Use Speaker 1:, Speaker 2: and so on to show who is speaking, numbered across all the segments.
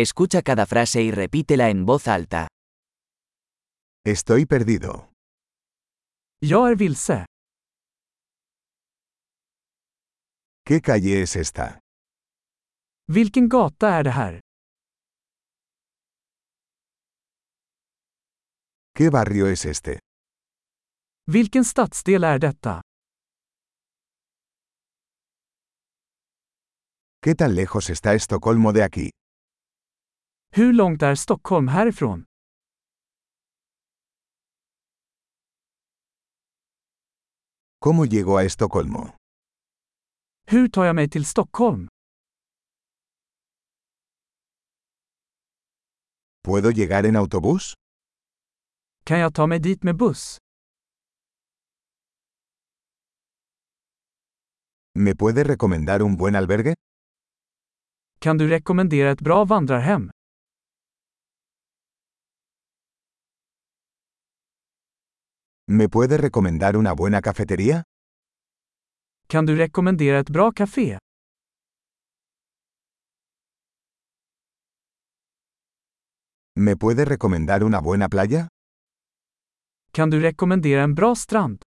Speaker 1: Escucha cada frase y repítela en voz alta.
Speaker 2: Estoy perdido.
Speaker 3: Jag är vilse.
Speaker 2: ¿Qué calle es esta?
Speaker 3: Vilken gata är det här?
Speaker 2: ¿Qué barrio es este?
Speaker 3: Vilken stadsdel är detta?
Speaker 2: ¿Qué tan lejos está Estocolmo de aquí?
Speaker 3: Hur långt är Stockholm härifrån?
Speaker 2: ¿Cómo llego a Estocolmo?
Speaker 3: Hur tar jag mig till Stockholm?
Speaker 2: ¿Puedo llegar en autobús?
Speaker 3: Kan jag ta mig dit med buss?
Speaker 2: ¿Me puede recomendar un buen albergue?
Speaker 3: Kan du rekommendera ett bra vandrarhem?
Speaker 2: ¿Me puede recomendar una buena cafetería?
Speaker 3: Kan du rekommendera ett bra café?
Speaker 2: ¿Me puede recomendar una buena playa?
Speaker 3: Kan du rekommendera en bra strand?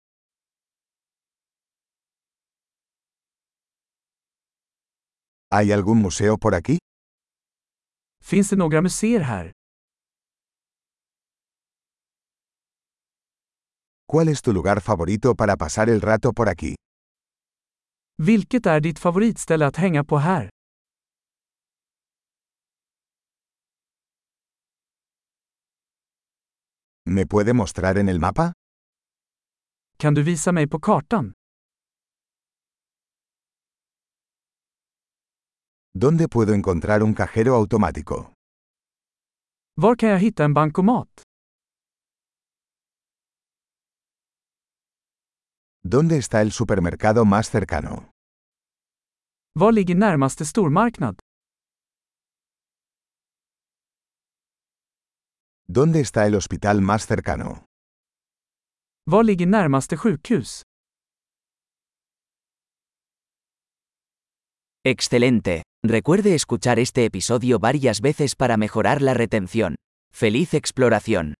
Speaker 2: ¿Hay algún museo por aquí?
Speaker 3: Finns det några museer här?
Speaker 2: ¿Cuál es tu lugar favorito para pasar el rato por aquí?
Speaker 3: Vilket är ditt favoritställe att hänga på här?
Speaker 2: ¿Me puede mostrar en el mapa?
Speaker 3: Kan du visa mig på kartan?
Speaker 2: ¿Dónde puedo encontrar un cajero automático?
Speaker 3: Var kan jag hitta en bankomat?
Speaker 2: ¿Dónde está el supermercado más cercano?
Speaker 3: Var ligger närmaste stormarknad?
Speaker 2: ¿Dónde está el hospital más cercano?
Speaker 3: Var ligger närmaste sjukhus?
Speaker 1: Excelente. Recuerde escuchar este episodio varias veces para mejorar la retención. ¡Feliz exploración!